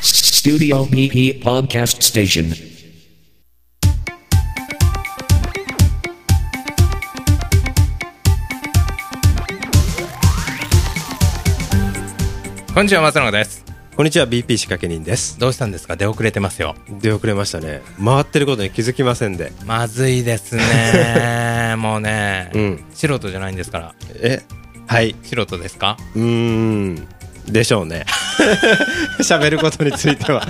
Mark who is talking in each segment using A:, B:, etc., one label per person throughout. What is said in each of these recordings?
A: Studio BP Podcast Station.
B: こんにちは松永です
C: こんにちは BP 仕掛け人です
B: どうしたんですか出遅れてますよ
C: 出遅れましたね回ってることに気づきませんで
B: まずいです ねもうね、
C: うん
B: 素人じゃないんですから
C: えはい
B: 素人ですか
C: うーんでしょうね 喋ることについては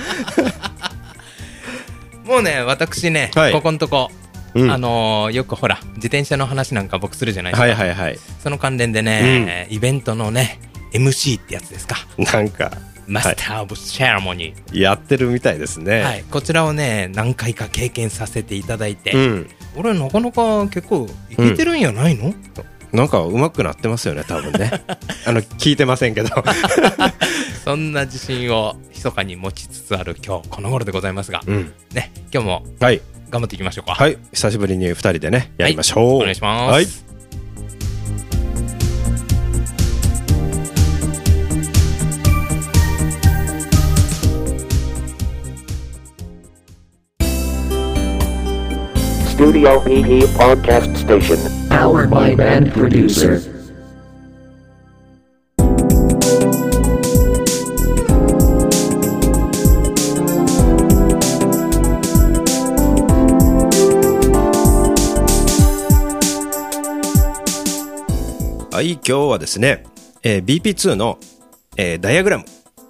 B: もうね私ね、
C: はい
B: ここんとこ、
C: うん
B: あのーよくほら自転車の話なんか僕するじゃないですか、
C: はいはいはい
B: その関連でね、イベントのね MC ってやつですか
C: なんか
B: マスター・オブ・シェアモニー、
C: やってるみたいですね、
B: はい、こちらをね何回か経験させていただいて、
C: うん
B: 俺なかなか結構いけてるんやないの、
C: なんか上手くなってますよね多分ね あの聞いてませんけど
B: そんな自信を密かに持ちつつある今日この頃でございますが、
C: うん
B: ね今日も
C: はい
B: 頑張っていきましょうか
C: はいい久しぶりに二人でねやりましょう、
B: お願いします、
C: はい
D: Studio PP Podcast Station. Powered by Band Producer.
C: はい、今日はですね、えー BP2 の、えーダイアグラム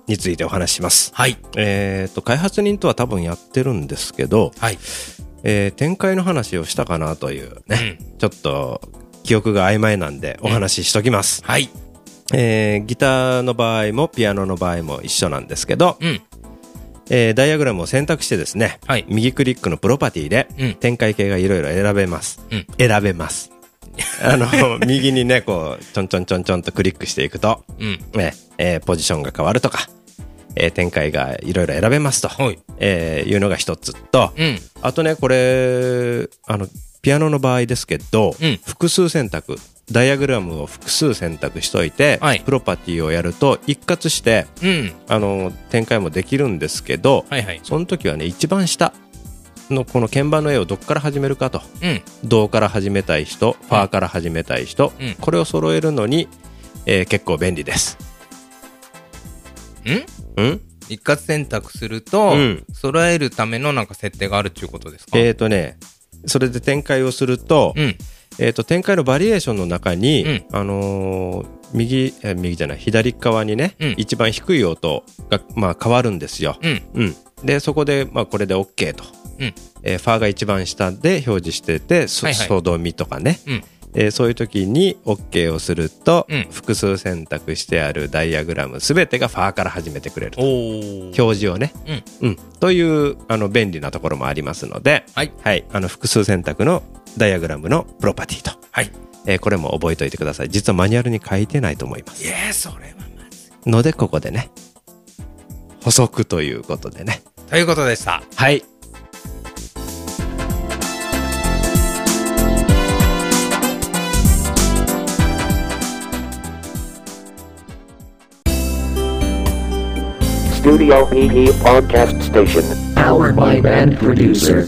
C: についてお話しします。
B: はい
C: えっ、と、開発人とは多分やってるんですけど、
B: はい
C: えー展開の話をしたかなというね、ちょっと記憶が曖昧なんでお話ししときます。
B: はい
C: えーギターの場合もピアノの場合も一緒なんですけど、
B: うん
C: えーダイアグラムを選択してですね、
B: はい
C: 右クリックのプロパティで
B: うん
C: 展開系がいろいろ選べます、
B: うん
C: 選べます あの右にねこうちょんちょんちょんちょんとクリックしていくと、
B: うん
C: ねえーポジションが変わるとか、えー展開がいろいろ選べますと、
B: はい
C: えーいうのが一つと、
B: うん
C: あとねこれあのピアノの場合ですけど、
B: うん
C: 複数選択ダイアグラムを複数選択しといて、
B: はい
C: プロパティをやると一括して
B: うん
C: あの展開もできるんですけど、
B: はいはい
C: その時はね一番下のこの鍵盤の絵をどっから始めるかと
B: うん
C: ドから始めたい人ファーから始めたい人、
B: うん
C: これを揃えるのに、えー結構便利です
B: うん
C: うん
B: 一括選択すると、
C: うん
B: 揃えるためのなんか設定があるっていうことですか、
C: えっ、とねそれで展開をすると,、
B: うん
C: えー、と展開のバリエーションの中に、
B: うん
C: あのー右えー右じゃない左側にね、
B: うん
C: 一番低い音が、まあ、変わるんですよ、
B: うん
C: うん、でそこで、まあ、これで OK と、
B: うん
C: えーファーが一番下で表示しててそ
B: はいはい
C: ソドミとかね、
B: うん
C: えーそういう時に OK をすると、
B: うん
C: 複数選択してあるダイアグラム全てがファーから始めてくれると
B: おお
C: 表示をね、
B: うん
C: うん、というあの便利なところもありますので、
B: はい
C: あの複数選択のダイアグラムのプロパティと、
B: はい
C: えーこれも覚えておいてください実はマニュアルに書いてないと思います
B: いやそれはまず
C: のでここでね補足ということでね
B: いということでした
C: はい
D: Studio PP Podcast Station. Powered by Band Producer.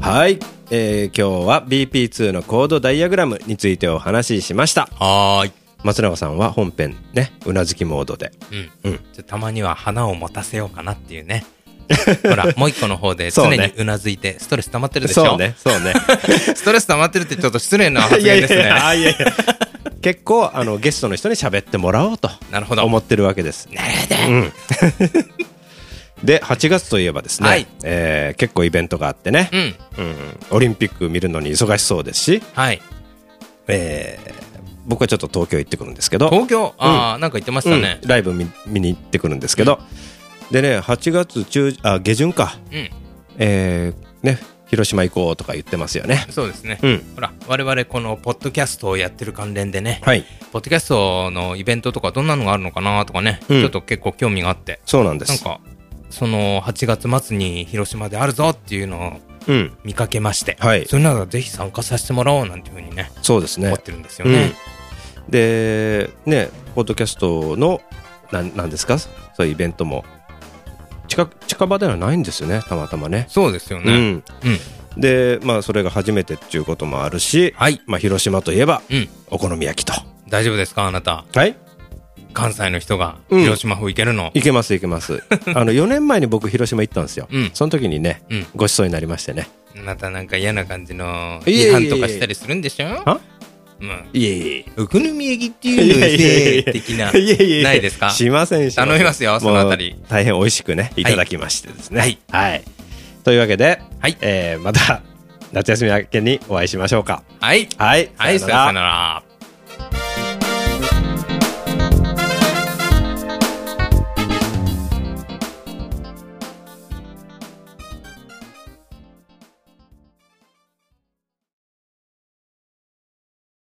C: はい、えー今日は BP2 のコードダイアグラムについてお話ししました
B: はーい
C: 松永さんは本編ねうなずきモードで
B: うん、
C: うん
B: ちょたまには花を持たせようかなっていう ねほらもう一個の方で
C: そ
B: 常
C: うね
B: にうなずいてストレス溜まってるでしょ
C: そうねそうね
B: ストレス溜まってるってちょっと失礼な発
C: いや
B: 言
C: い
B: です
C: やい
B: ね
C: やあいやいや 結構あのゲストの人に喋ってもらおうと
B: なるほど
C: 思ってるわけです
B: なるほど
C: で8月といえばですね、
B: はい
C: えー結構イベントがあってね、
B: うん
C: うんうんオリンピック見るのに忙しそうですし、
B: はい
C: えー僕はちょっと東京行ってくるんですけど
B: 東京ああ、なんか言ってましたね
C: うんライブ見見に行ってくるんですけど、でね8月中あ下旬か
B: うん、
C: えーね広島行こうとか言ってますよね
B: そうですね、
C: うん
B: ほら我々このポッドキャストをやってる関連でね、
C: はい
B: ポッドキャストのイベントとかどんなのがあるのかなとかね、
C: うん
B: ちょっと結構興味があって
C: そうなんで
B: なん
C: す
B: かその8月末に広島であるぞっていうのを
C: うん。
B: 見かけまして、
C: はい
B: それならぜひ参加させてもらおうなんていうふうにね
C: そうですね
B: 思っ。てるんですよね。
C: うん、で、ね、ポッドキャストの、なんなんですかそういうイベントも。近く近場ではないんですよね、たまたまね。
B: そうですよ
C: う
B: ね。
C: ん。
B: うん、
C: で、まあ、それが初めてっていうこともあるし、
B: はい
C: まあ、広島といえば、
B: うん
C: お好み焼きと。
B: 大丈夫ですかあなた
C: はい。
B: 関西の人が
C: うん
B: 広島風行けるの、
C: いけます、いけ ます。あの、4年前に僕、広島行ったんですよ。
B: うん
C: その時にね、
B: うん
C: ごちそうになりましてね。
B: またなんか嫌な感じの
C: いえいえ
B: 批
C: いえ
B: 判とかしたりするんでしょ
C: は
B: うん
C: いえいえ。
B: うくぬみえぎっていうので的なないですか
C: しませんしせん
B: 頼みますよそのあたり
C: もう大変美味しくねいただきましてですね
B: はい
C: はいというわけで、
B: はい
C: えーまた夏休み明けにお会いしましょうか
B: はい
C: はい
B: はいさ
C: ら
B: よなら